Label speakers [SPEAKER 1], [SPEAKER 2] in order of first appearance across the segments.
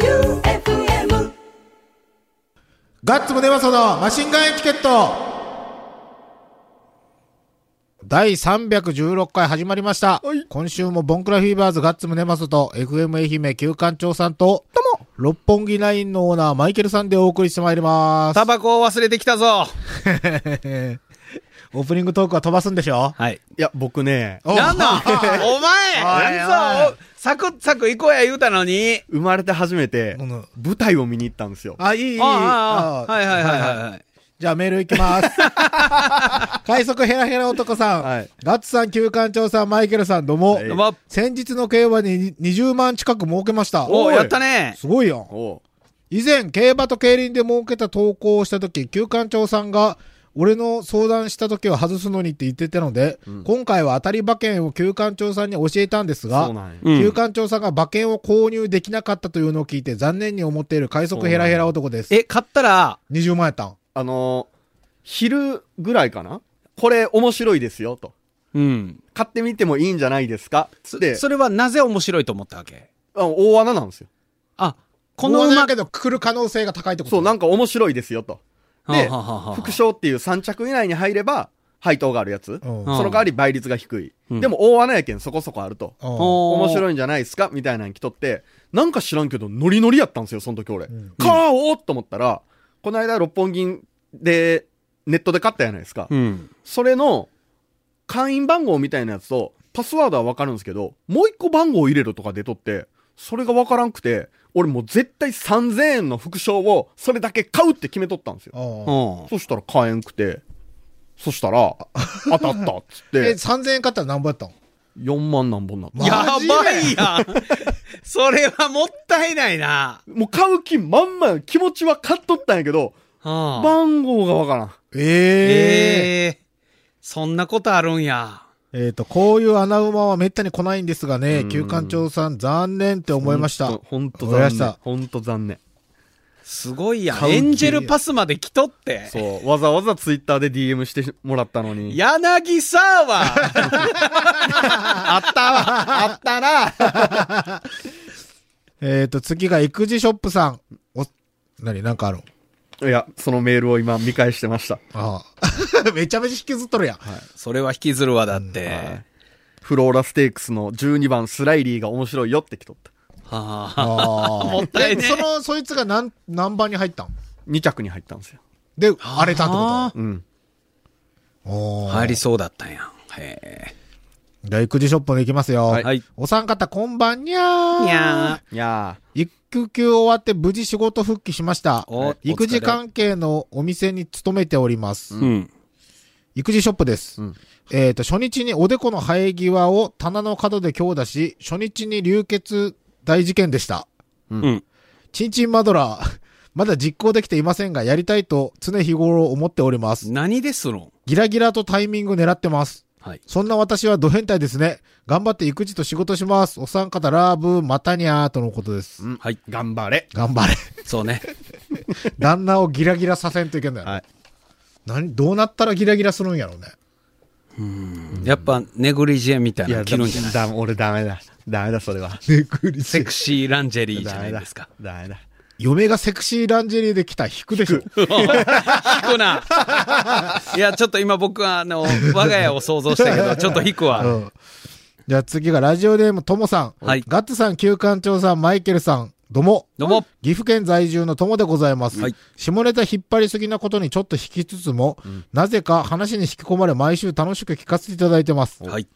[SPEAKER 1] J-O-E-U-F-M
[SPEAKER 2] ガッツムネマソのマシンガンエチケット第316回始まりました、今週もボンクラフィーバーズガッツムネマソと FM 愛媛旧館長さんと六本木ナインのオーナーマイケルさんでお送りしてまいります
[SPEAKER 3] タバコを忘れてきたぞ。
[SPEAKER 2] オープニングトークは飛ばすんでしょ
[SPEAKER 3] はい。
[SPEAKER 4] いや、僕ね、
[SPEAKER 2] お
[SPEAKER 3] なんなん お前
[SPEAKER 2] おい
[SPEAKER 3] なん
[SPEAKER 2] おい
[SPEAKER 3] ぞサクッサク行こうや言うたのに。
[SPEAKER 4] 生まれて初めて
[SPEAKER 2] うん、
[SPEAKER 4] 舞台を見に行ったんですよ。
[SPEAKER 2] あ、いい、いい。
[SPEAKER 3] ああああはいはいはい
[SPEAKER 2] い。
[SPEAKER 3] はい。
[SPEAKER 2] じゃあメールいきます。快速ヘラヘラ男さん、
[SPEAKER 4] はい
[SPEAKER 2] ガッツさん、旧館長さん、マイケルさん、どうも。
[SPEAKER 4] はい
[SPEAKER 3] どうも
[SPEAKER 2] 先日の競馬に20万近く儲けました。
[SPEAKER 3] お
[SPEAKER 4] お
[SPEAKER 3] お、
[SPEAKER 4] い
[SPEAKER 3] やったね。
[SPEAKER 2] すごいやん。
[SPEAKER 4] おう
[SPEAKER 2] 以前、競馬と競輪で儲けた投稿をした時、旧館長さんが、俺の相談した時は外すのにって言ってたので、今回は当たり馬券を旧館長さんに教えたんですが
[SPEAKER 4] そう、なんや。
[SPEAKER 3] うん
[SPEAKER 2] 旧館長さんが馬券を購入できなかったというのを聞いて残念に思っている快速ヘラヘラ男です。
[SPEAKER 3] え、買ったら、
[SPEAKER 2] 20万やったん。
[SPEAKER 4] あのー昼ぐらいかなこれ面白いですよ、と。
[SPEAKER 3] うん。
[SPEAKER 4] 買ってみてもいいんじゃないですかつ
[SPEAKER 3] そ
[SPEAKER 4] って、
[SPEAKER 3] それはなぜ面白いと思ったわけ
[SPEAKER 4] あ大穴なんですよ。
[SPEAKER 3] あ、こ
[SPEAKER 2] こ
[SPEAKER 3] の
[SPEAKER 2] の馬
[SPEAKER 3] 馬
[SPEAKER 2] けど来る可能性が高いってこと
[SPEAKER 4] そう、なんか面白いですよ、と。で
[SPEAKER 3] はあはあはあはあ、
[SPEAKER 4] 副賞っていう3着以内に入れば、配当があるやつ。そ
[SPEAKER 2] うん
[SPEAKER 4] の代わり倍率が低い。
[SPEAKER 3] うん
[SPEAKER 4] でも大穴やけんそこそこあると。
[SPEAKER 2] うん
[SPEAKER 4] 面
[SPEAKER 3] い。
[SPEAKER 4] 白いんじゃないですかみたいなの来とって、なんか知らんけど、ノリノリやったんですよ、その時俺。
[SPEAKER 2] ん
[SPEAKER 4] 買おうと思ったら、この間六本木で、ネットで買ったじゃないですか。
[SPEAKER 3] うん。
[SPEAKER 4] それの、会員番号みたいなやつと、パスワードはわかるんですけど、もう一個番号入れるとか出とって、それがわからんくて、俺もう絶対3000円の副賞を、それだけ買うって決めとったんですよ。
[SPEAKER 2] うん
[SPEAKER 3] お
[SPEAKER 4] そしたら買えんくて、そしたら、当たったっつっ
[SPEAKER 2] え、
[SPEAKER 4] て、
[SPEAKER 2] 3000円買ったら何本やったん
[SPEAKER 4] 4万何本なった。
[SPEAKER 2] マジ
[SPEAKER 3] やばいやん。それはもったいないな。
[SPEAKER 4] もう買う気まんま、気持ちは買っとったんやけど、
[SPEAKER 3] はあ
[SPEAKER 4] 番号がわからん。
[SPEAKER 2] ええ
[SPEAKER 3] ええ。そんなことあるんや。
[SPEAKER 2] えっと、こういう穴馬はめったに来ないんですがね
[SPEAKER 4] う、ん
[SPEAKER 2] 旧館長さん残念って思いました。
[SPEAKER 4] ほんと
[SPEAKER 2] 思いま
[SPEAKER 4] 残
[SPEAKER 2] した
[SPEAKER 4] 念。ほんと残念。
[SPEAKER 3] すごいやん。
[SPEAKER 2] 買う気
[SPEAKER 3] エンジェルパスまで来とって。
[SPEAKER 4] そう、わざわざツイッターで DM してもらったのに。、
[SPEAKER 3] 柳 沢は
[SPEAKER 4] あったわあったな
[SPEAKER 2] えっと、次が育児ショップさん。お、なになんかあるん
[SPEAKER 4] いや、そのメールを今見返してました。
[SPEAKER 2] ああ。 めちゃめちゃ引きずっとるやん。
[SPEAKER 3] それは引きずるわだって。
[SPEAKER 4] はいフローラステークスの12番スライリーが面白いよってきとった。
[SPEAKER 3] はあ、
[SPEAKER 2] ああ。
[SPEAKER 3] もったい
[SPEAKER 2] え
[SPEAKER 3] ねえ
[SPEAKER 2] その、そいつが何、何番に入ったん
[SPEAKER 4] 2着に入ったんですよ。
[SPEAKER 2] で、荒れたってこ
[SPEAKER 4] うん。
[SPEAKER 2] とおー
[SPEAKER 3] 入りそうだったんや。へ
[SPEAKER 2] じゃあ、育児ショップに行きますよ。
[SPEAKER 3] え。はい。
[SPEAKER 2] お三方、こんばんにゃー。
[SPEAKER 3] にゃ
[SPEAKER 4] いや
[SPEAKER 2] 育休終わって無事仕事復帰しました
[SPEAKER 3] おお疲。れ
[SPEAKER 2] 育児関係のお店に勤めております。
[SPEAKER 3] うん。
[SPEAKER 2] 育児ショップです。
[SPEAKER 4] うん
[SPEAKER 2] えっ、と、初日におでこの生え際を棚の角で強打し、初日に流血大事件でした。
[SPEAKER 3] うん。
[SPEAKER 2] チンチンマドラー、 まだ実行できていませんが、やりたいと常日頃思っております。
[SPEAKER 3] 何ですの
[SPEAKER 2] ギラギラとタイミング狙ってます。
[SPEAKER 3] はい。
[SPEAKER 2] そんな私はド変態ですね。頑張って育児と仕事します。お三方ラーブ、またにゃーとのことです。
[SPEAKER 4] うん
[SPEAKER 3] はい。
[SPEAKER 4] ー、頑張れ。
[SPEAKER 2] 頑張れ。
[SPEAKER 3] そうね。
[SPEAKER 2] 旦那をギラギラさせんといけんだよ。
[SPEAKER 4] はい
[SPEAKER 2] 何どうなったらギラギラするんやろうね。
[SPEAKER 3] やっぱ、ネグリジェみたいなの着るんじゃない
[SPEAKER 4] だ、俺ダメだ。ダメだ、それは。
[SPEAKER 3] セクシーランジェリーじゃ
[SPEAKER 4] ダ
[SPEAKER 3] な
[SPEAKER 4] メ
[SPEAKER 3] い
[SPEAKER 4] だ
[SPEAKER 3] ですか。。
[SPEAKER 4] ダメだ。
[SPEAKER 2] 嫁がセクシーランジェリーで来たら引くでしょ。
[SPEAKER 3] 引くな。いや、ちょっと今僕は、あの、我が家を想像したけど、ちょっと引く
[SPEAKER 2] う
[SPEAKER 3] わ。
[SPEAKER 2] ん。じゃあ次がラジオネームともさん。
[SPEAKER 3] はい
[SPEAKER 2] ガッツさん、旧館長さん、マイケルさん、どうも。
[SPEAKER 3] どうも。
[SPEAKER 2] 岐阜県在住の友でございます。
[SPEAKER 3] はい
[SPEAKER 2] 下ネタ引っ張りすぎなことにちょっと引きつつも、なぜか話に引き込まれ毎週楽しく聞かせていただいてます。
[SPEAKER 3] はい。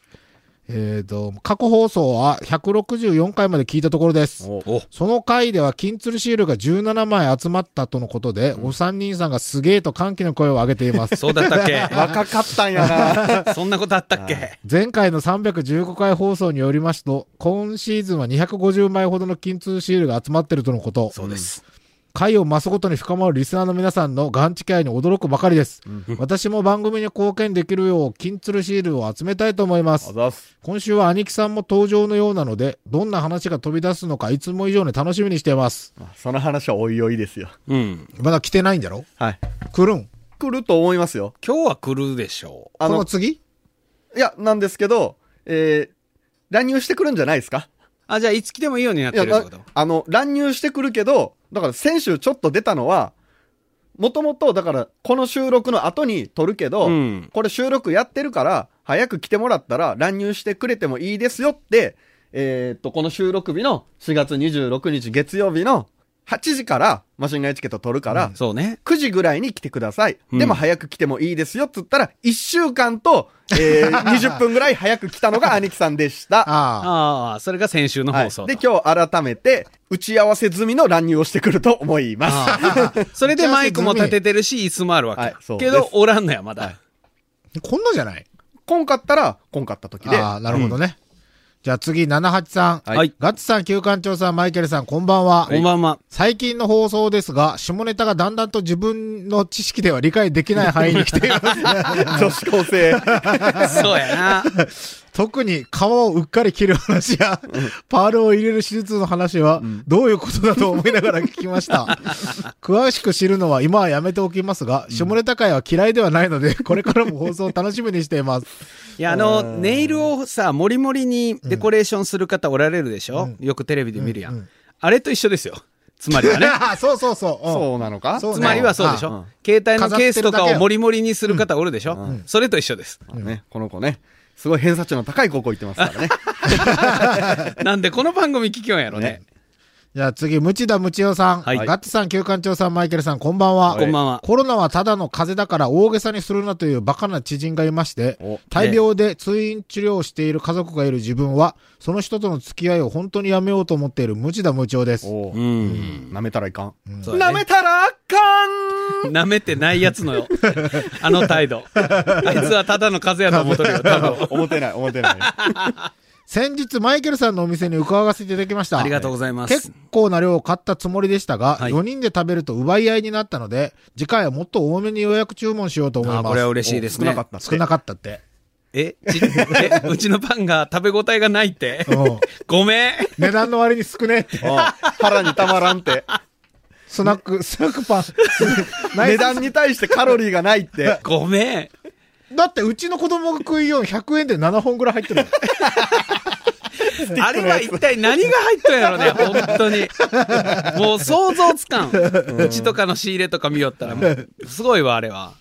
[SPEAKER 2] えっ、と、過去放送は164回まで聞いたところです。
[SPEAKER 3] お、
[SPEAKER 2] その回では金鶴シールが17枚集まったとのことで、お三人さんがすげえと歓喜の声を上げています。
[SPEAKER 3] そうだった っけ
[SPEAKER 4] 若かったんやな
[SPEAKER 3] そんなことあったっけ
[SPEAKER 2] 前回の315回放送によりますと、今シーズンは250枚ほどの金鶴シールが集まってるとのこと。
[SPEAKER 3] そうです。
[SPEAKER 2] 回を増すごとに深まるリスナーの皆さんのガンチキ愛に驚くばかりです。私も番組に貢献できるよう、金鶴シールを集めたいと思います
[SPEAKER 4] あ。ざっす。
[SPEAKER 2] 今週は兄貴さんも登場のようなので、どんな話が飛び出すのかいつも以上に楽しみにしています。
[SPEAKER 4] まあその話はおいおいですよ。
[SPEAKER 3] うん。
[SPEAKER 2] まだ来てないんだろ
[SPEAKER 4] はい。
[SPEAKER 2] 来るん
[SPEAKER 4] 来ると思いますよ。
[SPEAKER 3] 今日は来るでしょ
[SPEAKER 4] あ
[SPEAKER 2] この
[SPEAKER 4] の、
[SPEAKER 2] 次
[SPEAKER 4] いや、なんですけど、えー、乱入してくるんじゃないですか
[SPEAKER 3] あ、じゃあ、いつ来てもいいようになっ
[SPEAKER 4] い
[SPEAKER 3] てる
[SPEAKER 4] や、
[SPEAKER 3] って
[SPEAKER 4] だ
[SPEAKER 3] こと
[SPEAKER 4] あの、乱入してくるけど、だから先週ちょっと出たのは、もともと、だから、この収録の後に撮るけど、
[SPEAKER 3] うん
[SPEAKER 4] これ収録やってるから、早く来てもらったら乱入してくれてもいいですよって、えーっと、この収録日の4月26日月曜日の8時からマシンガンエチケット撮るから、
[SPEAKER 3] そうね。
[SPEAKER 4] 9時ぐらいに来てください。
[SPEAKER 3] うん
[SPEAKER 4] でも早く来てもいいですよっつったら、1週間と、えー20分ぐらい早く来たのが兄貴さんでした。
[SPEAKER 2] ああ。
[SPEAKER 3] ああ、それが先週の
[SPEAKER 4] は
[SPEAKER 3] 放
[SPEAKER 4] い
[SPEAKER 3] 送と。
[SPEAKER 4] で、今日改めて、打ち合わせ済みの乱入をしてくると思います。
[SPEAKER 3] あ あそれでマイクも立ててるし、椅子もあるわけ。
[SPEAKER 4] はいそう
[SPEAKER 3] け
[SPEAKER 4] で
[SPEAKER 3] ど
[SPEAKER 4] す、
[SPEAKER 3] おらんのや、まだ。
[SPEAKER 2] こんなじゃない
[SPEAKER 4] こんかったら、こんかった時で。
[SPEAKER 2] ああ、なるほどね。じゃあ次、78さん。
[SPEAKER 4] はい
[SPEAKER 3] はい。
[SPEAKER 2] ガッツさん、旧館長さん、マイケルさん、こんばんは。
[SPEAKER 3] こんばんは。
[SPEAKER 2] 最近の放送ですが、下ネタがだんだんと自分の知識では理解できない範囲に来ています。
[SPEAKER 4] 女子高生。
[SPEAKER 3] そう やな。
[SPEAKER 2] 特に皮をうっかり切る話や、パールを入れる手術の話は、どういうことだと思いながら聞きま した。詳しく知るのは今はやめておきますが、下ネタ界は嫌いではないので、これからも放送を楽しみにしています。
[SPEAKER 3] いや、あの、ネイルをさ、もりもりにデコレーションする方おられるでしょよくテレビで見るや
[SPEAKER 2] うんうんん。
[SPEAKER 3] あれと一緒ですよ。つまりはね。
[SPEAKER 2] そうそうそう。うん
[SPEAKER 4] そうなのか
[SPEAKER 2] そう
[SPEAKER 3] つまりはそうでし
[SPEAKER 4] うん
[SPEAKER 3] ょ携帯のケースとかをもりもりにする方おるでしょ
[SPEAKER 4] う
[SPEAKER 3] それと一緒です。
[SPEAKER 4] ね、この子ね。すごい偏差値の高い高校行ってますからね。
[SPEAKER 3] なんでこの番組聞きよんやろね
[SPEAKER 4] ね。
[SPEAKER 2] じゃあ次、ムチダムチオさん。
[SPEAKER 3] はい
[SPEAKER 2] ガッツさん、旧館長さん、マイケルさん、こんばんは。
[SPEAKER 3] こんばんは
[SPEAKER 2] コロナはただの風邪だから大げさにするなというバカな知人がいまして
[SPEAKER 4] お、
[SPEAKER 2] 大病で通院治療をしている家族がいる自分は、その人との付き合いを本当にやめようと思っているムチダムチオです。
[SPEAKER 4] お
[SPEAKER 3] う。
[SPEAKER 4] うん舐めたらいかん。
[SPEAKER 3] そうだね
[SPEAKER 4] たらあかん
[SPEAKER 3] 舐めてないやつの、あの態度。あいつはただの風やと思っとるよ、多分。
[SPEAKER 4] 思ってない、思ってない。
[SPEAKER 2] 先日、マイケルさんのお店に伺わせていただきました。
[SPEAKER 3] ありがとうございます
[SPEAKER 2] 結。構な量を買ったつもりでしたが、
[SPEAKER 3] はい
[SPEAKER 2] 4人で食べると奪い合いにななったので、次回はもっと多めに予約注文しようと思い
[SPEAKER 3] あ
[SPEAKER 2] ます。
[SPEAKER 3] これは嬉しいですね
[SPEAKER 4] お少なかったって。
[SPEAKER 2] 少なかったって。
[SPEAKER 3] えちえうちのパンが食べ応えがないって
[SPEAKER 2] うん
[SPEAKER 3] ごめん
[SPEAKER 2] 値段の割に少ねえって。
[SPEAKER 4] うん 腹にたまらんって。
[SPEAKER 2] スナック、スナックパン。 ナ
[SPEAKER 4] 値
[SPEAKER 2] イス
[SPEAKER 4] 段に対してカロリーがないって。
[SPEAKER 3] ごめん
[SPEAKER 2] だってうちの子供が食いよう100円で7本ぐらい入ってるの。
[SPEAKER 3] あれは一体何が入ったんやろね、本当に。もう想像つかん。うちとかの仕入れとか見よったらもう、すごいわ、あれは。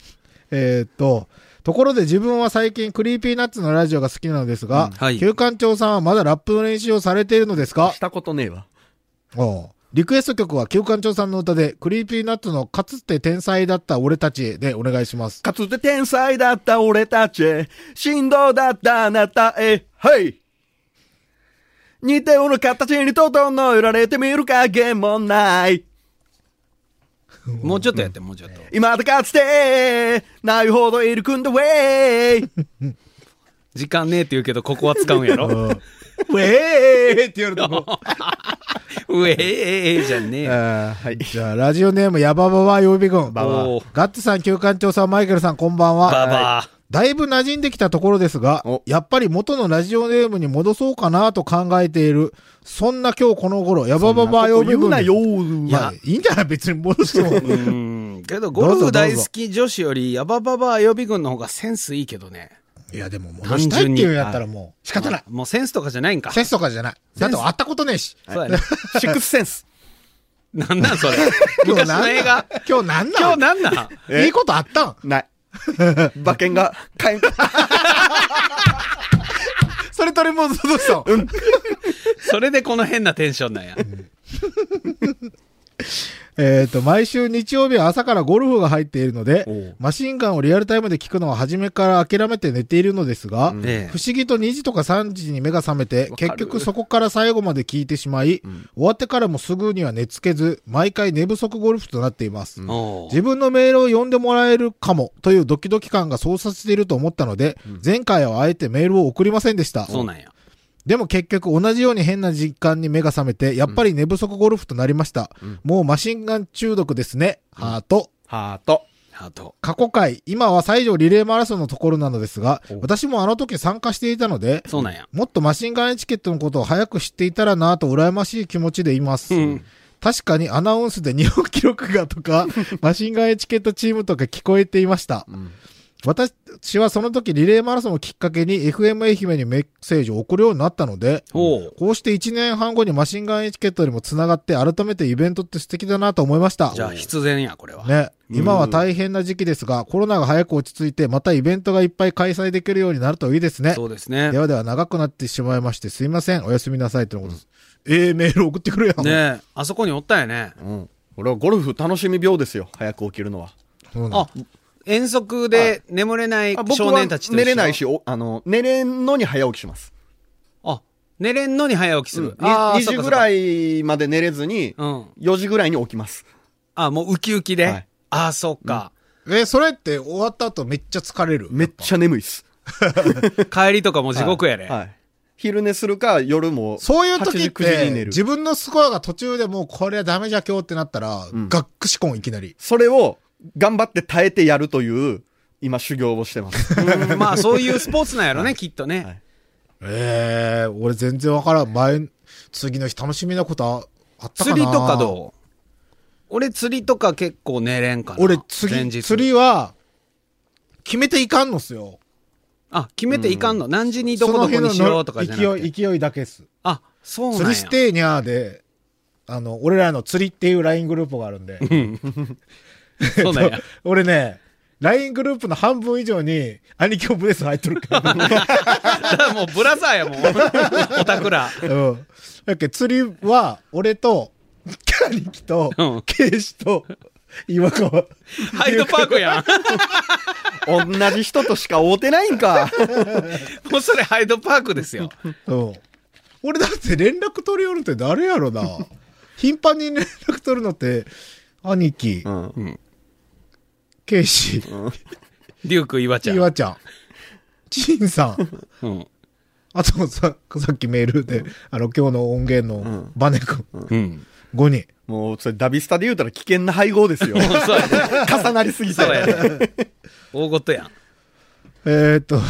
[SPEAKER 2] えーっと、ところで自分は最近クリーピーナッツのラジオが好きなのですが、
[SPEAKER 3] はい
[SPEAKER 2] 旧館長さんはまだラップの練習をされているのですか
[SPEAKER 4] したことねえわ。
[SPEAKER 2] おうリクエスト曲は旧館長さんの歌で、クリーピーナッツのかつて天才だった俺たちでお願いします。
[SPEAKER 4] かつて天才だった俺たちへ、振動だったあなたへ、はい似たような形に整えられてみる影もない。
[SPEAKER 3] もうちょっとやって、もうちょっと。
[SPEAKER 4] 今だかつて、ないほどいるくんだウ ェイ
[SPEAKER 3] 時間ねえって言うけど、ここは使うんやろ。
[SPEAKER 2] ん
[SPEAKER 3] ウ
[SPEAKER 2] ウェーって言われた
[SPEAKER 3] ェーじゃねえ。
[SPEAKER 4] はい。
[SPEAKER 2] じゃあ、ラジオネームヤバババ予備軍。
[SPEAKER 3] ババ
[SPEAKER 2] ガッツさん、旧館長さん、マイケルさん、こんばんは。
[SPEAKER 3] ババ
[SPEAKER 2] だいぶ馴染んできたところですが
[SPEAKER 4] お、
[SPEAKER 2] やっぱり元のラジオネームに戻そうかなと考えている。そんな今日この頃、ヤバババ呼び
[SPEAKER 4] 言う
[SPEAKER 2] 分
[SPEAKER 4] な
[SPEAKER 2] です。
[SPEAKER 4] よ。
[SPEAKER 2] まあ、いいんじゃない別に戻しても。
[SPEAKER 3] うーん。けど、ゴルフ大好き女子より、ヤバババ予備軍の方がセンスいいけどね。
[SPEAKER 2] いや、でも戻したいっていうんやったらもう、仕方ない。
[SPEAKER 3] もうセンスとかじゃないんか。
[SPEAKER 2] センスとかじゃない。だって会ったことねえし。
[SPEAKER 3] そうやね。
[SPEAKER 4] シックスセンス。
[SPEAKER 3] なんなんそれ。
[SPEAKER 2] 今日
[SPEAKER 3] 昔
[SPEAKER 2] なん
[SPEAKER 3] の
[SPEAKER 2] なん
[SPEAKER 3] 映画。
[SPEAKER 2] 今日なん
[SPEAKER 3] 今
[SPEAKER 2] な
[SPEAKER 3] 日なんなん
[SPEAKER 2] んいいことあったん
[SPEAKER 4] ない。馬券が買えんかった。
[SPEAKER 2] それ取り戻そうとしたん
[SPEAKER 3] それでこの変なテンションなんや。
[SPEAKER 2] えっ、と、毎週日曜日は朝からゴルフが入っているの
[SPEAKER 4] お
[SPEAKER 2] で
[SPEAKER 4] う、
[SPEAKER 2] マシンガンをリアルタイムで聞くのは初めから諦めて寝ているのですが、
[SPEAKER 3] ええ
[SPEAKER 2] 不思議と2時とか3時に目が覚めて、
[SPEAKER 3] わかる
[SPEAKER 2] 結局そこから最後まで聞いてしまい、終わってからもすぐには寝つけず、毎回寝不足ゴルフとなっています。
[SPEAKER 3] おう
[SPEAKER 2] 自分のメールを読んでもらえるかもというドキドキ感がそうさせていると思ったので、前回はあえてメールを送りませんでした。
[SPEAKER 3] そうなんや。
[SPEAKER 2] でも結局同じように変な時間に目が覚めて、やっぱり寝不足ゴルフとなりました。もうマシンガン中毒ですね。ハート。
[SPEAKER 4] ハート。
[SPEAKER 3] あと。
[SPEAKER 2] 過去回、今は西条リレーマラソンのところなのですが、私もあの時参加していたので、
[SPEAKER 3] そうなんや。
[SPEAKER 2] もっとマシンガンエチケットのことを早く知っていたらなぁと羨ましい気持ちでいます。確かにアナ ウンスで日本記録がとか、マシンガンエチケットチームとか聞こえていました。私はその時リレーマラソンをきっかけに FM 愛媛にメッセージを送るようになったので、
[SPEAKER 3] ほう。
[SPEAKER 2] こうして1年半後にマシンガンエチケットにも繋がって改めてイベントって素敵だなと思いました。
[SPEAKER 3] じゃあ必然や、これは。
[SPEAKER 2] ね。
[SPEAKER 4] うん
[SPEAKER 2] 今は大変な時期ですが、コロナが早く落ち着いて、またイベントがいっぱい開催できるようになるといいですね。
[SPEAKER 3] そうですね
[SPEAKER 2] で。はでは長くなってしまいまして、すいません。おやすみなさいとのことです。ええメール送ってくるやん。
[SPEAKER 3] ねえあそこにおったよね。
[SPEAKER 4] うん。俺はゴルフ楽しみ病ですよ。早く起きるのは。
[SPEAKER 2] そうなん
[SPEAKER 3] あ、遠足で眠れない
[SPEAKER 4] あ僕
[SPEAKER 3] 少
[SPEAKER 4] は
[SPEAKER 3] 年たちと一緒
[SPEAKER 4] 寝れないし、。おあの、寝れんのに早起きします。
[SPEAKER 3] あ、寝れんのに早起きする。あ
[SPEAKER 4] 2時ぐら
[SPEAKER 3] い。
[SPEAKER 4] いまで寝れずに、
[SPEAKER 3] うん。
[SPEAKER 4] 4時ぐらいに起きます。
[SPEAKER 3] あ、もうウキウキで。
[SPEAKER 4] はい
[SPEAKER 3] ああ、そっか。
[SPEAKER 2] えそれって終わった後めっちゃ疲れる。
[SPEAKER 4] めっちゃ眠いっす。
[SPEAKER 3] 帰りとかも地獄やで。
[SPEAKER 4] はいはい。昼寝するか、夜も。
[SPEAKER 2] そういう時っ
[SPEAKER 4] 8時9時に
[SPEAKER 2] て
[SPEAKER 4] 寝、る。
[SPEAKER 2] 自分のスコアが途中でもうこれはダメじゃ今日ってなったら、
[SPEAKER 4] ん
[SPEAKER 2] ガックシコンいきなり。
[SPEAKER 4] それを頑張って耐えてやるという、今修行をしてます。
[SPEAKER 3] うんまあ、そういうスポーツなんやろね、きっと
[SPEAKER 4] はい
[SPEAKER 3] ね。
[SPEAKER 2] ええ俺全然わからん。前、次の日楽しみなことあったかな
[SPEAKER 3] 釣りとかどう俺釣りとか結構寝れんかな。
[SPEAKER 2] 俺
[SPEAKER 3] 前
[SPEAKER 2] 次、
[SPEAKER 3] 日
[SPEAKER 2] 釣りは、決めていかんのっすよ。
[SPEAKER 3] あ、決めていかんの。何時にどこどこにしようとかじゃなく
[SPEAKER 2] 勢い、
[SPEAKER 3] て。
[SPEAKER 2] 勢いだけっす。
[SPEAKER 3] あ、そうなんや。
[SPEAKER 2] 釣りしてーにゃーで、あの、俺らの釣りっていう LINE グループがあるんで、
[SPEAKER 3] そうなんや。
[SPEAKER 2] 俺ね、LINE グループの半分以上に、 兄貴オブレス入っとる から。
[SPEAKER 3] だからもうブラザーやもん。オタクら。
[SPEAKER 2] うん。だっけ、釣りは、俺と、兄貴と
[SPEAKER 3] うん、
[SPEAKER 2] ケイシと、岩川。
[SPEAKER 3] ハイドパーク やん。
[SPEAKER 4] 同じ人としか会うてないん か。
[SPEAKER 3] もうそれハイドパークです よ。
[SPEAKER 2] うん。俺だって連絡取り寄るって誰やろ な。頻繁に連絡取るのって、兄貴
[SPEAKER 4] う、ん。
[SPEAKER 2] ケイシ、
[SPEAKER 3] リュウク岩ちゃん。
[SPEAKER 2] 岩ちゃん、チンさん。
[SPEAKER 3] うん。
[SPEAKER 2] あとさ、さっきメールで、あの、今日の音源のバネ君、
[SPEAKER 3] うん。
[SPEAKER 2] 5人。
[SPEAKER 4] もう、それダビスタで言うたら危険な配合で すよ。
[SPEAKER 3] そうやね。
[SPEAKER 4] 重なりすぎて
[SPEAKER 3] そ。うやね。大事やん。
[SPEAKER 2] えーっと、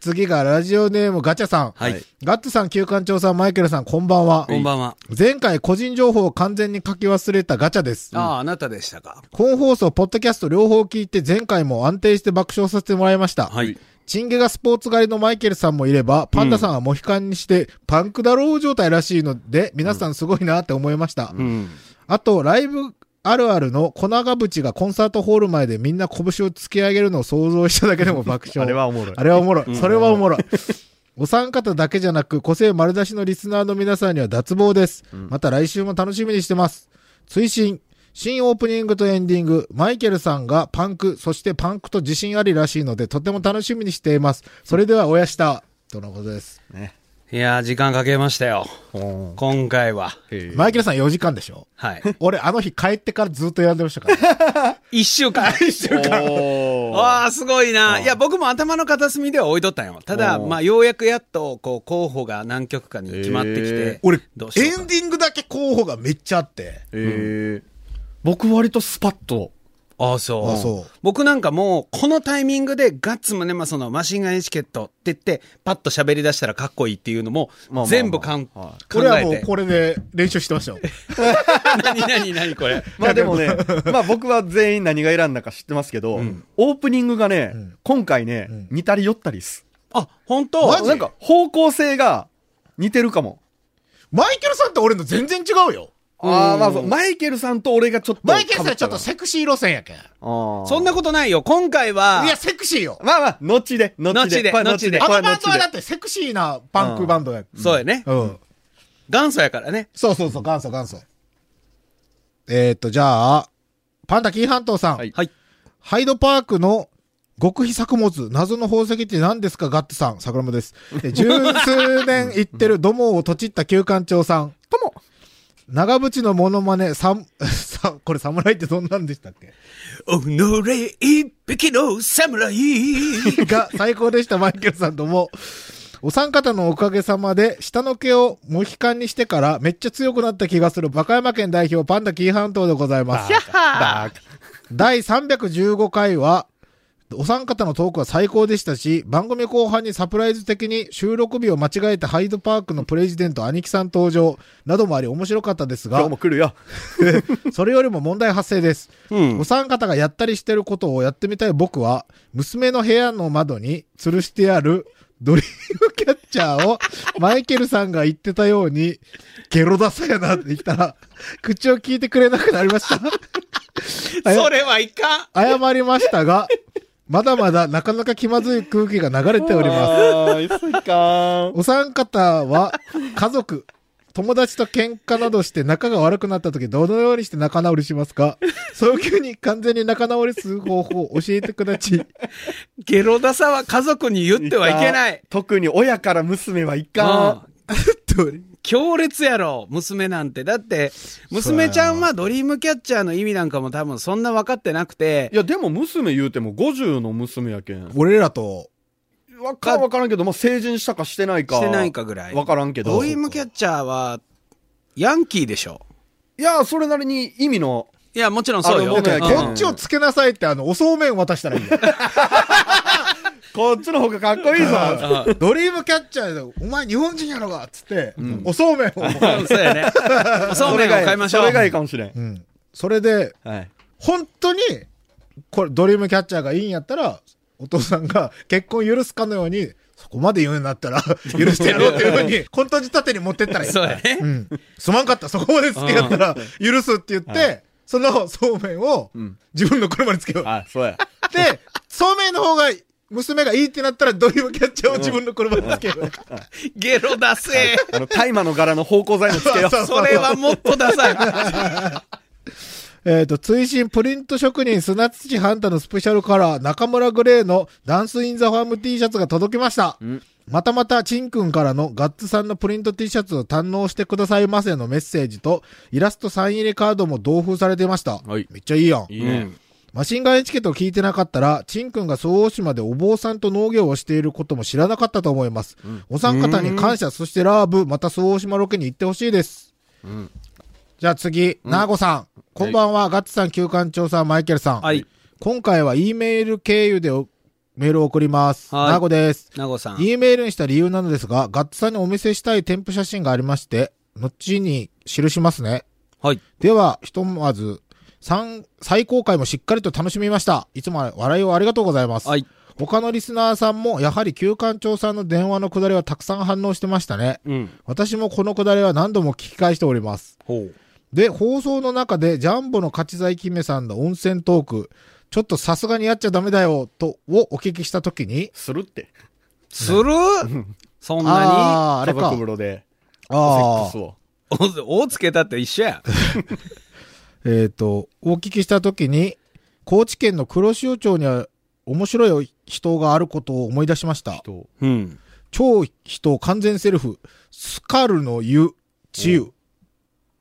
[SPEAKER 2] 次がラジオネームガチャさん。
[SPEAKER 3] はい。
[SPEAKER 2] ガッツさん、旧館長さん、マイケルさん、こんばんは。
[SPEAKER 3] こんばんは。
[SPEAKER 2] 前回個人情報を完全に書き忘れたガチャです。
[SPEAKER 3] ああ、あなたでしたか。
[SPEAKER 2] 本放送、ポッドキャスト両方聞いて前回も安定して爆笑させてもらいました。
[SPEAKER 3] はい。
[SPEAKER 2] チンゲがスポーツ狩りのマイケルさんもいれば、パンダさんはモヒカンにして、パンクだろう状態らしいので、皆さんすごいなって思いました。
[SPEAKER 3] うん。
[SPEAKER 2] あと、ライブあるあるの粉がぶちがコンサートホール前でみんな拳を突き上げるのを想像しただけでも爆笑。
[SPEAKER 4] あれはおもろい
[SPEAKER 2] あ。れはおもろい。それはおもろい。お三方だけじゃなく、個性丸出しのリスナーの皆さんには脱帽です。また来週も楽しみにしてます。追伸新オープニングとエンディング、マイケルさんがパンク、そしてパンクと自信ありらしいので、とても楽しみにしています。それでは、おやした。とのことです。
[SPEAKER 4] ね。
[SPEAKER 3] いやー、時間かけましたよ。
[SPEAKER 4] うん
[SPEAKER 3] 今回は。
[SPEAKER 4] へえ
[SPEAKER 2] マイケルさん4時間でしょ
[SPEAKER 3] はい。
[SPEAKER 2] 俺、あの日帰ってからずっとやんでましたから。
[SPEAKER 3] 一週 間。一週
[SPEAKER 4] おー
[SPEAKER 3] わあ、すごいな。いや、僕も頭の片隅では置いとったんよ。ただ、
[SPEAKER 4] おー
[SPEAKER 3] まあ、ようやくやっと、こう、候補が何曲かに決まってき
[SPEAKER 4] へ
[SPEAKER 3] て
[SPEAKER 4] ー。
[SPEAKER 2] 俺、
[SPEAKER 3] どうし
[SPEAKER 2] エ
[SPEAKER 3] よう
[SPEAKER 2] ンディングだけ候補がめっちゃあって。
[SPEAKER 4] へえ僕割とスパッと。
[SPEAKER 3] か。ああ、そう。
[SPEAKER 2] あそう
[SPEAKER 3] 僕なんかもう、このタイミングで、ガッツムネマソのマシンガンエチケットって言って、パッと喋り出したらかっこいいっていうのも
[SPEAKER 4] まあまあま、あ
[SPEAKER 3] 全部かん、
[SPEAKER 4] は
[SPEAKER 2] 俺は
[SPEAKER 3] 考
[SPEAKER 2] も
[SPEAKER 3] え
[SPEAKER 2] う
[SPEAKER 3] て。
[SPEAKER 2] これで練習してましたよ。
[SPEAKER 3] 何、何、何これ。
[SPEAKER 4] まあでもね、 まあ僕は全員何が選んだか知ってますけど、オープニングがね、
[SPEAKER 2] ん
[SPEAKER 4] 今回ね、似たり寄ったりっす。
[SPEAKER 3] あ、本当
[SPEAKER 2] マジ
[SPEAKER 4] なんか方向性が似てるかも。
[SPEAKER 2] マイケルさんと俺の全然違うよ。
[SPEAKER 4] ああ、まあそう、マイケルさんと俺がちょっと。
[SPEAKER 2] マイケルさんちょっとセクシー路線やけん。い
[SPEAKER 4] ああ。
[SPEAKER 3] そんなことないよ。今回は、
[SPEAKER 2] や、セクシーよ。
[SPEAKER 4] まあまあ、後で、後
[SPEAKER 3] 後で
[SPEAKER 4] で。これは後で。
[SPEAKER 3] 後
[SPEAKER 2] あ
[SPEAKER 4] これ
[SPEAKER 2] の
[SPEAKER 4] は
[SPEAKER 2] バンドは
[SPEAKER 4] 後
[SPEAKER 2] だっ
[SPEAKER 4] で。
[SPEAKER 2] てセクシーなパンクバンドや。
[SPEAKER 3] そうやね。
[SPEAKER 2] うん。
[SPEAKER 3] 元祖やからね。
[SPEAKER 2] そうそうそう、元祖元祖。えーっと、じゃあ、パンダキー半島さん。
[SPEAKER 4] はい
[SPEAKER 3] はい。
[SPEAKER 2] ハイドパークの極秘作物、謎の宝石って何ですかガッツさん、桜間です。え十数年行ってる土門をとちった旧館長さん。
[SPEAKER 4] とも。
[SPEAKER 2] 長渕のモノマネ、さん、 さ、これ侍ってどんなんでしたっけ
[SPEAKER 3] おのれ一匹の侍。
[SPEAKER 2] が最高でした、マイケルさんとも。お三方のおかげさまで、下の毛をモヒカンにしてからめっちゃ強くなった気がする和歌山県代表パンダ紀伊半島でございます。
[SPEAKER 4] バーカ
[SPEAKER 2] 第315回は、お三方のトークは最高でしたし、番組後半にサプライズ的に収録日を間違えたハイドパークのプレジデント兄貴さん登場などもあり面白かったです
[SPEAKER 4] 今
[SPEAKER 2] が
[SPEAKER 4] 日も、来るよ。
[SPEAKER 2] それよりも問題発生です。
[SPEAKER 5] うん
[SPEAKER 2] お三方がやったりしてることをやってみたい僕は、娘の部屋の窓に吊るしてあるドリームキャッチャーを、 マイケルさんが言ってたように、ゲロ出さやなって言ったら、口を聞いてくれなくなりました。 あや
[SPEAKER 3] それはいかん
[SPEAKER 2] 謝りましたが、まだまだなかなか気まずい空気が流れております。
[SPEAKER 4] あー、いかーん。
[SPEAKER 2] お三方は、家族、 友達と喧嘩などして仲が悪くなった時、どのようにして仲直りしますか早急に完全に仲直りする方法を教えてくだち。
[SPEAKER 3] ゲロダサは家族に言ってはいけない。
[SPEAKER 4] 特に親から娘はいか
[SPEAKER 3] うん強烈やろ、娘なんて。だって、娘ちゃんはドリームキャッチャーの意味なんかも多分そんな分かってなく
[SPEAKER 4] ん。
[SPEAKER 3] て
[SPEAKER 4] い、や、でも娘言うても50の娘やけん。
[SPEAKER 2] 俺らと、
[SPEAKER 4] わからんわからんけど、まあ、成人したかしてないか。
[SPEAKER 3] してないかぐらい。
[SPEAKER 4] わからんけど。
[SPEAKER 3] ドリームキャッチャーは、ヤンキーでしょ。
[SPEAKER 4] いや、それなりに意味の、
[SPEAKER 3] いや、もちろんそうよ。
[SPEAKER 4] あ
[SPEAKER 2] だ
[SPEAKER 4] の
[SPEAKER 2] か
[SPEAKER 4] ね
[SPEAKER 2] ら
[SPEAKER 3] うん
[SPEAKER 2] こっちをつけなさいって、あの、おそうめん渡したら いいよ。
[SPEAKER 4] こっちの方がかっこいいぞ。
[SPEAKER 3] う
[SPEAKER 2] ドリームキャッチャーで、お前日本人やろがっつって、おそうめんを。
[SPEAKER 3] んうんそうや ね。そうめんを買いましょう。
[SPEAKER 4] それがいいかもしれん。
[SPEAKER 2] うん。それで、
[SPEAKER 4] はい。
[SPEAKER 2] 本当に、これ、ドリームキャッチャーがいいんやったら、お父さんが結婚許すかのように、そこまで言うんだったら、許してやろうっていうふうに、コント仕立てに持ってったらいい。
[SPEAKER 3] そうやね。
[SPEAKER 2] うん。すまんかった、そこまで好きやったら、許すって言って、そのそうめんを
[SPEAKER 4] ん、
[SPEAKER 2] 自分の車につけよう。
[SPEAKER 4] あ、そうや。
[SPEAKER 2] で、そうめんの方が、娘がいいってなったら、ドリームキャッチャーを自分の車につけよう。
[SPEAKER 3] ゲロダセ
[SPEAKER 4] あの、大麻の柄の芳香剤もつけよ う。
[SPEAKER 2] そう
[SPEAKER 3] それはもっとダサい。
[SPEAKER 2] えっ、と、追伸プリント職人砂土ハンタのスペシャルカラー、中村グレーのダンスインザファーム T シャツが届きました。またまた、チンくんからのガッツさんのプリント T シャツを堪能してくださいませのメッセージと、イラストサイン入りカードも同封されていました。
[SPEAKER 4] はい
[SPEAKER 2] めっちゃいいやん。
[SPEAKER 4] いいね。
[SPEAKER 2] マシンガンエチケットを聞いてなかったら、チンくんが総大島でお坊さんと農業をしていることも知らなかったと思います。お三方に感謝、そしてラーブ、また総大島ロケに行ってほしいです。じゃあ次、ナーゴさん。こんばんは、ガッツさん、旧館長さん、マイケルさん。
[SPEAKER 3] はい。
[SPEAKER 2] 今回は E メール経由でおメールを送ります。
[SPEAKER 3] はい
[SPEAKER 2] ナーゴです。
[SPEAKER 3] なごさん。
[SPEAKER 2] E メールにした理由なのですが、ガッツさんにお見せしたい添付写真がありまして、後に記しますね。
[SPEAKER 3] はい。
[SPEAKER 2] では、ひとまず、三最高回もしっかりと楽しみました。いつも笑いをありがとうございます。
[SPEAKER 3] はい。
[SPEAKER 2] 他のリスナーさんも、やはり旧館長さんの電話のくだりはたくさん反応してましたね。
[SPEAKER 5] うん。
[SPEAKER 2] 私もこのくだりは何度も聞き返しております。
[SPEAKER 3] ほう。
[SPEAKER 2] で、放送の中で、ジャンボの勝ち財姫さんの温泉トーク、ちょっとさすがにやっちゃダメだよ、と、をお聞きしたときに、
[SPEAKER 4] するって。
[SPEAKER 3] するそんな
[SPEAKER 2] ああー、あれ
[SPEAKER 4] 家
[SPEAKER 2] か
[SPEAKER 4] 族。風呂で、セッ
[SPEAKER 2] あ
[SPEAKER 4] ク
[SPEAKER 2] あ
[SPEAKER 4] ス。を。
[SPEAKER 3] にお、おつけたって一緒や。
[SPEAKER 2] えっ、と、お聞きしたときに、高知県の黒潮町には面白い人があることを思い出しました。
[SPEAKER 4] と
[SPEAKER 5] うん。
[SPEAKER 2] 超人完全セルフ、スカルの湯、治癒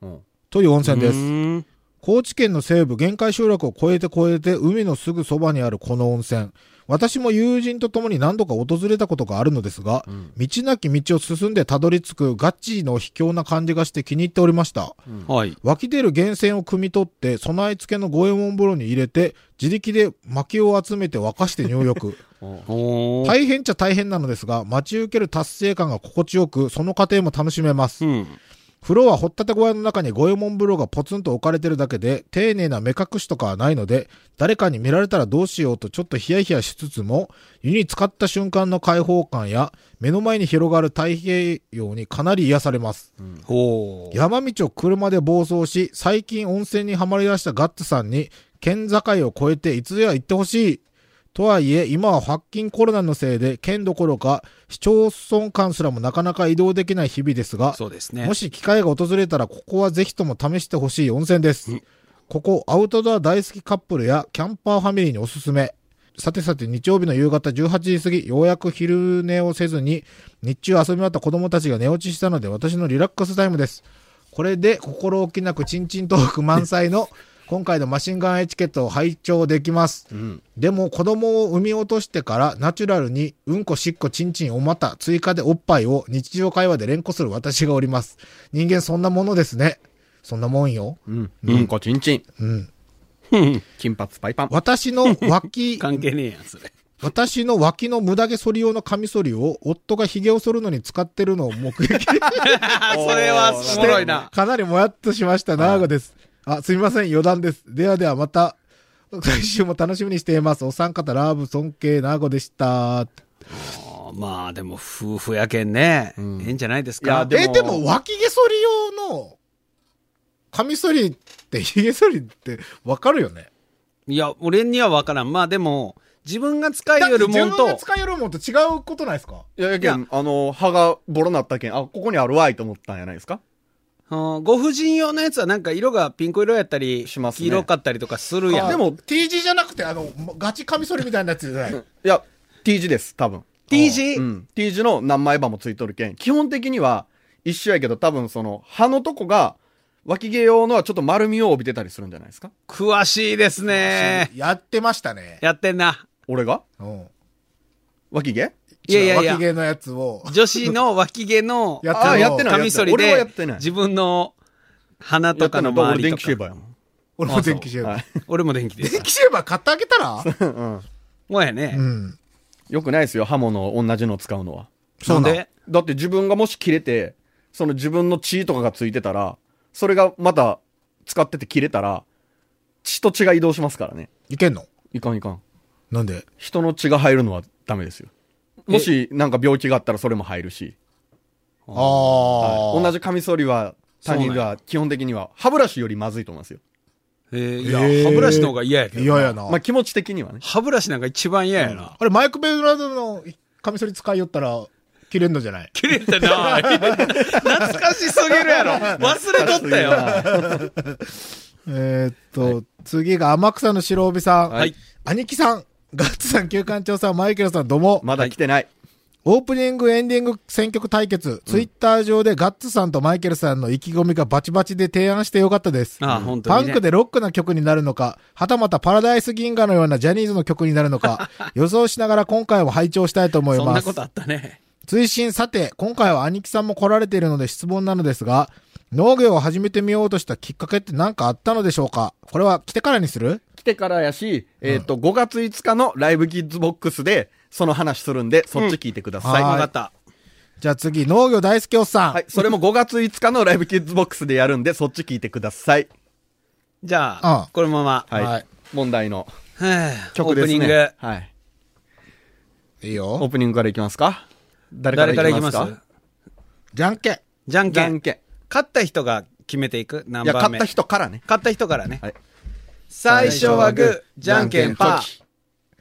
[SPEAKER 4] うん。
[SPEAKER 2] という温泉で
[SPEAKER 5] う
[SPEAKER 2] す。
[SPEAKER 5] ーん
[SPEAKER 2] 高知県の西部、限界集落を越えて越えて、海のすぐそばにあるこの温泉。私も友人と共に何度か訪れたことがあるのですが、道なき道を進んでたどり着くガチの卑怯な感じがして気に入っておりました。
[SPEAKER 3] はい。
[SPEAKER 2] 湧き出る源泉を汲み取って、備え付けの五右衛門風呂に入れて、自力で薪を集めて沸かして入浴。
[SPEAKER 5] おー
[SPEAKER 2] 大変っちゃ大変なのですが、待ち受ける達成感が心地よく、その過程も楽しめます。
[SPEAKER 5] うん。
[SPEAKER 2] 風呂は掘ったて小屋の中に五右衛門風呂がポツンと置かれてるだけで、丁寧な目隠しとかはないので、誰かに見られたらどうしようとちょっとヒヤヒヤしつつも、湯に浸かった瞬間の開放感や、目の前に広がる太平洋にかなり癒されます。
[SPEAKER 3] ほう。
[SPEAKER 2] 山道を車で暴走し、最近温泉にはまり出したガッツさんに、県境を越えていつでは行ってほしい。とはいえ、今は発禁コロナのせいで、県どころか市町村間すらもなかなか移動できない日々ですが、
[SPEAKER 3] そうですね
[SPEAKER 2] も。し機会が訪れたら、ここはぜひとも試してほしい温泉です。ここ、アウトドア大好きカップルやキャンパーファミリーにおすすめ。さてさて日曜日の夕方18時過ぎ、ようやく昼寝をせずに、日中遊び終わった子供たちが寝落ちしたので、私のリラックスタイムです。これで心置きなくチンチントーク満載の、今回のマシンガンエチケットを拝聴できます。でも子供を産み落としてからナチュラルにうんこしっこちんちんおまた追加でおっぱいを日常会話で連呼する私がおります。人間そんなものですね。そんなもんよ。
[SPEAKER 4] うん。うんこちんちん。
[SPEAKER 2] うん。
[SPEAKER 4] 金髪パイパン。
[SPEAKER 2] 私 の脇、
[SPEAKER 3] 関係ねえやん、それ。
[SPEAKER 2] 私の脇の無駄毛剃り用のカミソリを夫が髭を剃るのに使ってるのを目 撃
[SPEAKER 3] あそれはおもろいな。
[SPEAKER 2] かなりもやっとしました、ナーゴです。あ、すみません、余談です。ではではまた、来週も楽しみにしています。お三方、ラーブ尊敬、ナーゴでした。
[SPEAKER 3] あまあ、でも、夫婦やけんね。ええんじゃないです
[SPEAKER 4] いや
[SPEAKER 3] か。
[SPEAKER 4] で
[SPEAKER 2] え、でも脇毛剃り用の、カミソリって髭剃りってわかるよね。
[SPEAKER 3] いや、俺には分からん。まあでも、自分が使
[SPEAKER 2] だっ
[SPEAKER 3] い
[SPEAKER 2] て
[SPEAKER 3] よ
[SPEAKER 2] 自
[SPEAKER 3] るも
[SPEAKER 2] 分
[SPEAKER 3] んと
[SPEAKER 2] が、使えるもんと違うことないですか
[SPEAKER 4] いや、やけん、あの、歯がボロなったけん、あ、ここにあるわいと思ったんやないですか
[SPEAKER 3] うんご婦人用のやつはなんか色がピンク色やったり、
[SPEAKER 4] しますね
[SPEAKER 3] 黄色かったりとかするやん。
[SPEAKER 2] で
[SPEAKER 4] で
[SPEAKER 2] も
[SPEAKER 4] も
[SPEAKER 2] T 字じゃなくて、あの、ガチカミソリみたいなやつじゃない。
[SPEAKER 4] いや、T 字です、多分。
[SPEAKER 3] T 字
[SPEAKER 4] うん。T 字の何枚刃もついとるけん、基本的には一緒やけど、多分その、歯のとこが、脇毛用のはちょっと丸みを帯びてたりするんじゃないですか
[SPEAKER 3] 詳しいですね。
[SPEAKER 2] やってましたね。
[SPEAKER 3] やってんな。
[SPEAKER 4] 俺が
[SPEAKER 2] うん。
[SPEAKER 4] 脇毛
[SPEAKER 3] いやいやい
[SPEAKER 2] 脇
[SPEAKER 3] や、
[SPEAKER 2] 毛のやつを。
[SPEAKER 3] 女子の脇毛の
[SPEAKER 2] やって
[SPEAKER 4] ああ、やってない。
[SPEAKER 3] カミソリ
[SPEAKER 4] 俺はや
[SPEAKER 3] で
[SPEAKER 4] ってない。、
[SPEAKER 3] 自分の鼻
[SPEAKER 4] や
[SPEAKER 3] と
[SPEAKER 4] って
[SPEAKER 3] か
[SPEAKER 4] な
[SPEAKER 3] の
[SPEAKER 4] い。だから
[SPEAKER 3] 周り
[SPEAKER 4] 俺電
[SPEAKER 3] と
[SPEAKER 4] 気シェー
[SPEAKER 3] か。
[SPEAKER 4] バーやもん。
[SPEAKER 2] 俺も電気シェーバ
[SPEAKER 4] は
[SPEAKER 2] ー
[SPEAKER 4] い。
[SPEAKER 3] 俺も電気で
[SPEAKER 2] 電
[SPEAKER 3] す。
[SPEAKER 2] 気シェーバー買ってあげたら
[SPEAKER 4] うんうん。
[SPEAKER 3] もうやね
[SPEAKER 2] う。ん。
[SPEAKER 4] よくないですよ、刃物を同じのを使うのは。
[SPEAKER 2] そう
[SPEAKER 3] なん
[SPEAKER 2] なん
[SPEAKER 3] で
[SPEAKER 4] だって自分がもし切れて、その自分の血とかがついてたら、それがまた使ってて切れたら、血と血が移動しますからね。
[SPEAKER 2] いけんの
[SPEAKER 4] いかんいかん。
[SPEAKER 2] なんで
[SPEAKER 4] 人の血が入るのはダメですよ。
[SPEAKER 3] え
[SPEAKER 4] もしなんか病気があったらそれも入るし。
[SPEAKER 2] あ
[SPEAKER 4] は
[SPEAKER 2] あ。
[SPEAKER 4] い同じカミソリは他人
[SPEAKER 3] そうな
[SPEAKER 4] が基本的には歯ブラシよりまずいと思いますよ。
[SPEAKER 3] えー
[SPEAKER 2] へ
[SPEAKER 3] い
[SPEAKER 2] ー
[SPEAKER 3] や、歯ブラシの方が嫌やけど。
[SPEAKER 2] 嫌や。な。
[SPEAKER 4] まあ気持ち的にはね。
[SPEAKER 3] 歯ブラシなんか一番嫌やな。
[SPEAKER 2] あれ、マイク・ベイラードのカミソリ使いよったら、切れんのじゃ ない
[SPEAKER 3] 切れたな。懐かしすぎるやろ。忘れとったよ。
[SPEAKER 2] えーっと、次が天草の白帯さん。
[SPEAKER 4] はい
[SPEAKER 2] 兄貴さん、ガッツさん、旧館長さん、マイケルさん、どうも。
[SPEAKER 4] まだ来てない。
[SPEAKER 2] オープニング、エンディング、選曲対決。ツイッター上でガッツさんとマイケルさんの意気込みがバチバチで提案してよかったです。
[SPEAKER 3] ああ本当
[SPEAKER 2] パ
[SPEAKER 3] にね
[SPEAKER 2] ンクでロックな曲になるのか、はたまたパラダイス銀河のようなジャニーズの曲になるの か、予想しながら今回も拝聴したいと思い
[SPEAKER 3] そん
[SPEAKER 2] ま
[SPEAKER 3] な
[SPEAKER 2] す。
[SPEAKER 3] ことあったね。
[SPEAKER 2] 追伸さて、今回は兄貴さんも来られているので質問なのですが、農業を始めてみようとしたきっかけって何かあったのでしょうかこれは来てからにする
[SPEAKER 4] 来てからやし、えっ、と、5月5日のライブキッズボックスで、その話するんで、そっち聞いてくださ
[SPEAKER 2] うん
[SPEAKER 4] い。
[SPEAKER 3] わ
[SPEAKER 2] はい
[SPEAKER 3] かった。
[SPEAKER 2] じゃあ次、農業大好きおっさん。
[SPEAKER 4] はい、それも5月5日のライブキッズボックスでやるんで、そっち聞いてください。
[SPEAKER 3] じゃ
[SPEAKER 2] うん
[SPEAKER 3] あ、このまま。
[SPEAKER 4] はい。
[SPEAKER 2] はい
[SPEAKER 4] 問題の
[SPEAKER 3] はあオ
[SPEAKER 4] 曲
[SPEAKER 3] ー
[SPEAKER 4] で
[SPEAKER 3] プ
[SPEAKER 4] すね。
[SPEAKER 3] ニング。
[SPEAKER 4] はい。
[SPEAKER 2] いい
[SPEAKER 4] オー
[SPEAKER 2] よ。
[SPEAKER 4] プニングからいきますか誰から
[SPEAKER 3] 誰から
[SPEAKER 4] い
[SPEAKER 3] い
[SPEAKER 4] き
[SPEAKER 3] き
[SPEAKER 4] ま
[SPEAKER 3] ますす
[SPEAKER 4] か
[SPEAKER 2] じゃんけん。
[SPEAKER 3] じゃん
[SPEAKER 4] じ
[SPEAKER 3] け
[SPEAKER 4] ゃん
[SPEAKER 3] ん。
[SPEAKER 4] けん。
[SPEAKER 3] 勝った人が決めていく何
[SPEAKER 4] いや、
[SPEAKER 3] 番
[SPEAKER 4] 勝
[SPEAKER 3] 目
[SPEAKER 4] った人からね。
[SPEAKER 3] 勝った人からね。
[SPEAKER 4] はい
[SPEAKER 3] 最初はグー、じゃんけんパー。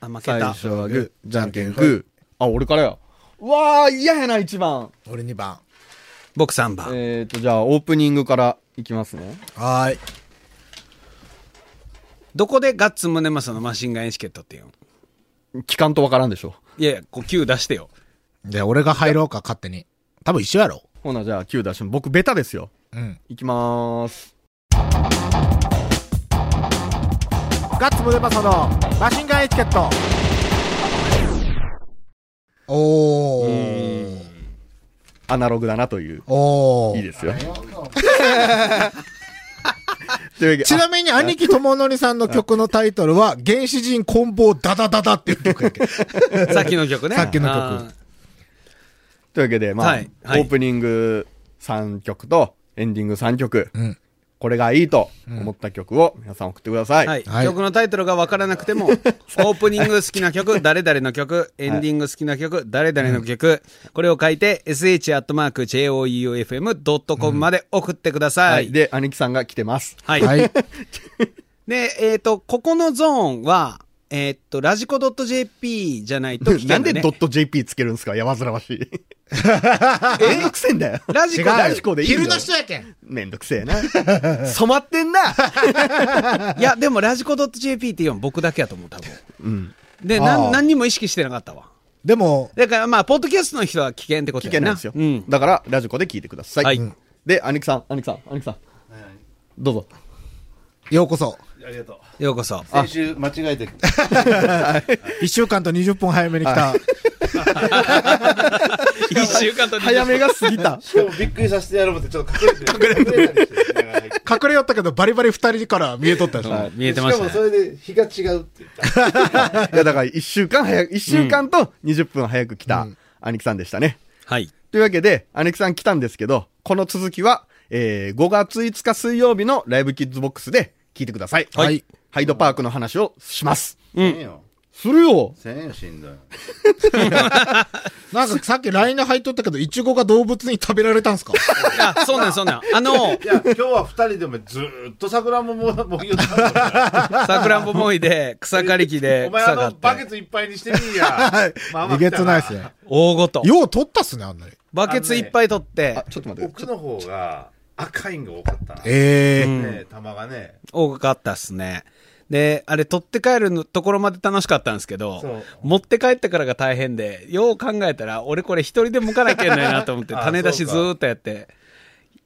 [SPEAKER 3] あ、負け
[SPEAKER 4] 最
[SPEAKER 3] た。
[SPEAKER 4] 初はグー、じゃんけんグー。あ、俺からや。うわー、嫌やな、一番。
[SPEAKER 2] 俺2番。
[SPEAKER 3] 僕3番。
[SPEAKER 4] えーと、じゃあ、オープニングからいきますね。
[SPEAKER 2] はーい。
[SPEAKER 3] どこでガッツムネマソのマシンガンエチケットっていうの
[SPEAKER 4] 聞かんとわからんでしょ。
[SPEAKER 3] いやいや、こう9出してよ。
[SPEAKER 2] で、俺が入ろうか、勝手に。多分一緒やろ。
[SPEAKER 4] ほな、じゃあ、9出します僕、ベタですよ。
[SPEAKER 2] うん。
[SPEAKER 4] いきまーす。
[SPEAKER 2] ガッツムデパソのマシンガンエチケット。おー。
[SPEAKER 4] アナログだなという。
[SPEAKER 2] おー。
[SPEAKER 4] いいですよ。 というわけで
[SPEAKER 2] ちなみに、兄貴智則さんの曲のタイトルは、 原始人棍棒ダダダダっていう曲やけど。
[SPEAKER 3] さっきの曲ね。
[SPEAKER 2] さっきの曲
[SPEAKER 3] あー。
[SPEAKER 4] というわけで、まあ、
[SPEAKER 3] はいはい
[SPEAKER 4] オープニング3曲とエンディング3曲、
[SPEAKER 2] ん
[SPEAKER 4] これがいいと思った曲を皆さん送ってください。
[SPEAKER 3] はい、
[SPEAKER 2] はい
[SPEAKER 3] 曲のタイトルが分からなくても、オープニング好きな曲、誰々の曲、エンディング好きな曲、誰々の曲、これを書いて、sh.joufm.com まで送ってくださ。
[SPEAKER 4] はいいで、兄貴さんが来てます。
[SPEAKER 3] はい。
[SPEAKER 2] はい。
[SPEAKER 3] で、えっ、と、ここのゾーンは、えっ、と、ラジコ .jp じゃないと聞け
[SPEAKER 4] な
[SPEAKER 3] ない、
[SPEAKER 4] んで
[SPEAKER 3] ね。
[SPEAKER 4] ドット JP つけるんですかやわずらわしい。めんどくせえんだよ。
[SPEAKER 3] ラジコ
[SPEAKER 4] ラジコでいいよ
[SPEAKER 2] 昼の人やけん。
[SPEAKER 4] めんどくせえな。染まってんな。
[SPEAKER 3] いや、でもラジコ .jp って言うの僕だけやと思う、多分。
[SPEAKER 4] うん。
[SPEAKER 3] で、
[SPEAKER 2] あー
[SPEAKER 3] なん、何にも意識してなかったわ。
[SPEAKER 2] でも、
[SPEAKER 3] だからまあ、ポッドキャストの人は危険ってこと
[SPEAKER 4] 聞
[SPEAKER 3] や
[SPEAKER 4] けないんですよ。
[SPEAKER 3] うん。
[SPEAKER 4] だから、ラジコで聞いてください。
[SPEAKER 3] はい
[SPEAKER 4] うんで、兄貴さん、兄貴さん、兄貴さん。どうぞ。
[SPEAKER 2] ようこそ。
[SPEAKER 5] ありがとう。
[SPEAKER 3] ようこそ。
[SPEAKER 5] 先週間違えて、
[SPEAKER 2] 一週間と20分早めに来た。
[SPEAKER 3] 一週間と
[SPEAKER 4] 早めが過ぎた。
[SPEAKER 5] しかもびっくりさせてやろうと思って、ちょっと隠れてる。隠れてる。
[SPEAKER 2] 隠れよったけど、バリバリ二人から見えとったじゃん。
[SPEAKER 3] はい見えてましたね
[SPEAKER 5] しかもそれで日が違うって言った。
[SPEAKER 4] いや、だから一週間早く、一週間と20分早く来た、兄貴さんでしたね。
[SPEAKER 3] はい。
[SPEAKER 4] というわけで、姉貴さん来たんですけど、この続きは、えー、5月5日水曜日のライブキッズボックスで聞いてください。
[SPEAKER 2] はい。
[SPEAKER 4] ハイドパークの話をします。
[SPEAKER 5] せんよ。
[SPEAKER 4] するよ
[SPEAKER 5] せんよ、しんどい。
[SPEAKER 2] なんかさっき LINE で入っとったけど、イチゴが動物に食べられたんすか
[SPEAKER 3] あ、そうなんそうなん。あの
[SPEAKER 5] い、や、今日は二人でもずーっと桜もも、もぎよったんだから
[SPEAKER 3] さくらんぼもいで、草刈り機で
[SPEAKER 5] お前
[SPEAKER 3] 草
[SPEAKER 5] あ
[SPEAKER 3] 刈
[SPEAKER 5] の、バケ
[SPEAKER 3] って。
[SPEAKER 5] ツいっぱいにしてみいや。まあま あ
[SPEAKER 2] えげつないっすね。
[SPEAKER 3] 大ごと。
[SPEAKER 2] よう取ったっすね、あんなに。
[SPEAKER 3] バケツいっぱい取って
[SPEAKER 4] あ、、ちょっと待って。
[SPEAKER 5] 奥の方が赤いんが多かったな。ね
[SPEAKER 2] ええ
[SPEAKER 3] うん
[SPEAKER 5] え、玉がね。
[SPEAKER 3] 多かったっすね。で、あれ取って帰るのところまで楽しかったんですけど
[SPEAKER 5] そう、
[SPEAKER 3] 持って帰ってからが大変で、よう考えたら、俺これ一人でもかなきゃいけないなと思って、
[SPEAKER 5] あ
[SPEAKER 3] 種出
[SPEAKER 5] そ
[SPEAKER 3] し
[SPEAKER 5] うか
[SPEAKER 3] ずーっとやって、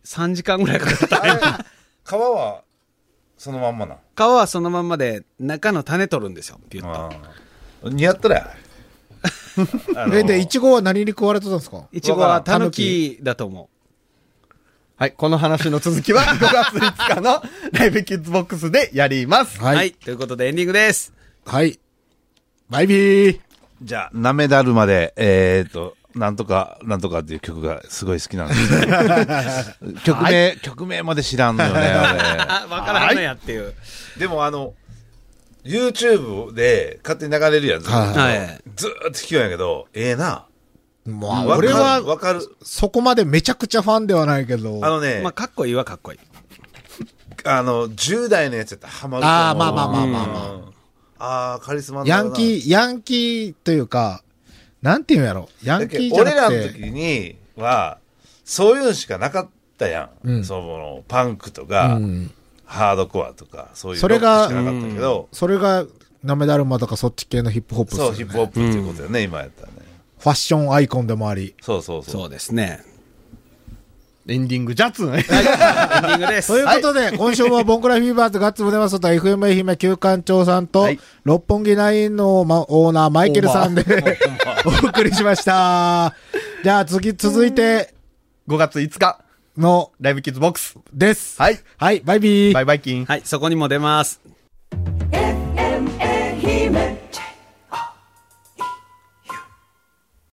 [SPEAKER 3] 3時間ぐらいかかった。
[SPEAKER 5] あれ、皮はそのまんまな。
[SPEAKER 3] 皮はそのまんまで、中の種取るんですよって言った。
[SPEAKER 5] ああ似合っとるやん。あの
[SPEAKER 2] え、で、イチゴは何に食われてたんですか
[SPEAKER 3] いちごはタヌキだと思
[SPEAKER 4] はい、この話の続き は5月5日のライブキッズボックスでやります。
[SPEAKER 3] う。
[SPEAKER 2] は。
[SPEAKER 3] はいい、
[SPEAKER 2] はい。
[SPEAKER 3] ということでエンディングです。
[SPEAKER 2] バイビー。
[SPEAKER 6] じゃあ、なめだるまで、えーっと、なんとか、なんとかっていう曲がすごい好きなんですけど 曲名、曲名まで知らんのよね、あ
[SPEAKER 3] あ、わからんのやっていう。
[SPEAKER 5] でもあの、YouTube で勝手に流れるやん。ずーっと
[SPEAKER 3] はい
[SPEAKER 5] ずーっと聞くんやけど、ええな。
[SPEAKER 2] まあ、
[SPEAKER 5] わか
[SPEAKER 2] 俺
[SPEAKER 5] る
[SPEAKER 2] は、
[SPEAKER 5] わかる。
[SPEAKER 2] そこまでめちゃくちゃファンではないけど。
[SPEAKER 5] あ
[SPEAKER 3] ま
[SPEAKER 5] の
[SPEAKER 3] あ、
[SPEAKER 5] ね、
[SPEAKER 3] かっこいいはかっこいい。
[SPEAKER 5] あの、10代のやつやったらハマると思う。
[SPEAKER 2] ああまあまあまあまあまあ
[SPEAKER 5] うんああ、カリスマ
[SPEAKER 2] ヤン
[SPEAKER 5] ー
[SPEAKER 2] キー、ヤンキーというか、なんていうんやろ。ヤンキーじゃ
[SPEAKER 5] 俺
[SPEAKER 2] な
[SPEAKER 5] らの
[SPEAKER 2] くて。
[SPEAKER 5] 時には、そういうのしかなかったやん。
[SPEAKER 2] うん
[SPEAKER 5] その、パンクとか、
[SPEAKER 2] うん
[SPEAKER 5] ハードコアとか、そういう
[SPEAKER 2] それが
[SPEAKER 5] ロックしかなかったけど、
[SPEAKER 2] それが、なめだるまとかそっち系のヒップホップっすよ
[SPEAKER 5] そう、
[SPEAKER 2] ね
[SPEAKER 5] ヒップホップっていうことよね、今やったらね。
[SPEAKER 2] ファッションアイコンでもあり。
[SPEAKER 5] そうそうそう。
[SPEAKER 3] そうです ね。
[SPEAKER 4] エンディングジャツン。
[SPEAKER 3] エンディングです。
[SPEAKER 2] ということで、今週もボンクラフィーバーズガッツムネマソと FM 愛媛旧館長さんと、
[SPEAKER 4] はい
[SPEAKER 2] 六本木ナインの、ま、オーナーマイケルさんでお送りしました。じゃあ次、続いて
[SPEAKER 4] 5月5日、
[SPEAKER 2] の
[SPEAKER 4] ライブキッズボックス。
[SPEAKER 2] です。
[SPEAKER 4] はい。
[SPEAKER 2] はい、バイビー
[SPEAKER 4] バイ。バイキン。
[SPEAKER 3] はい、そこにも出ます。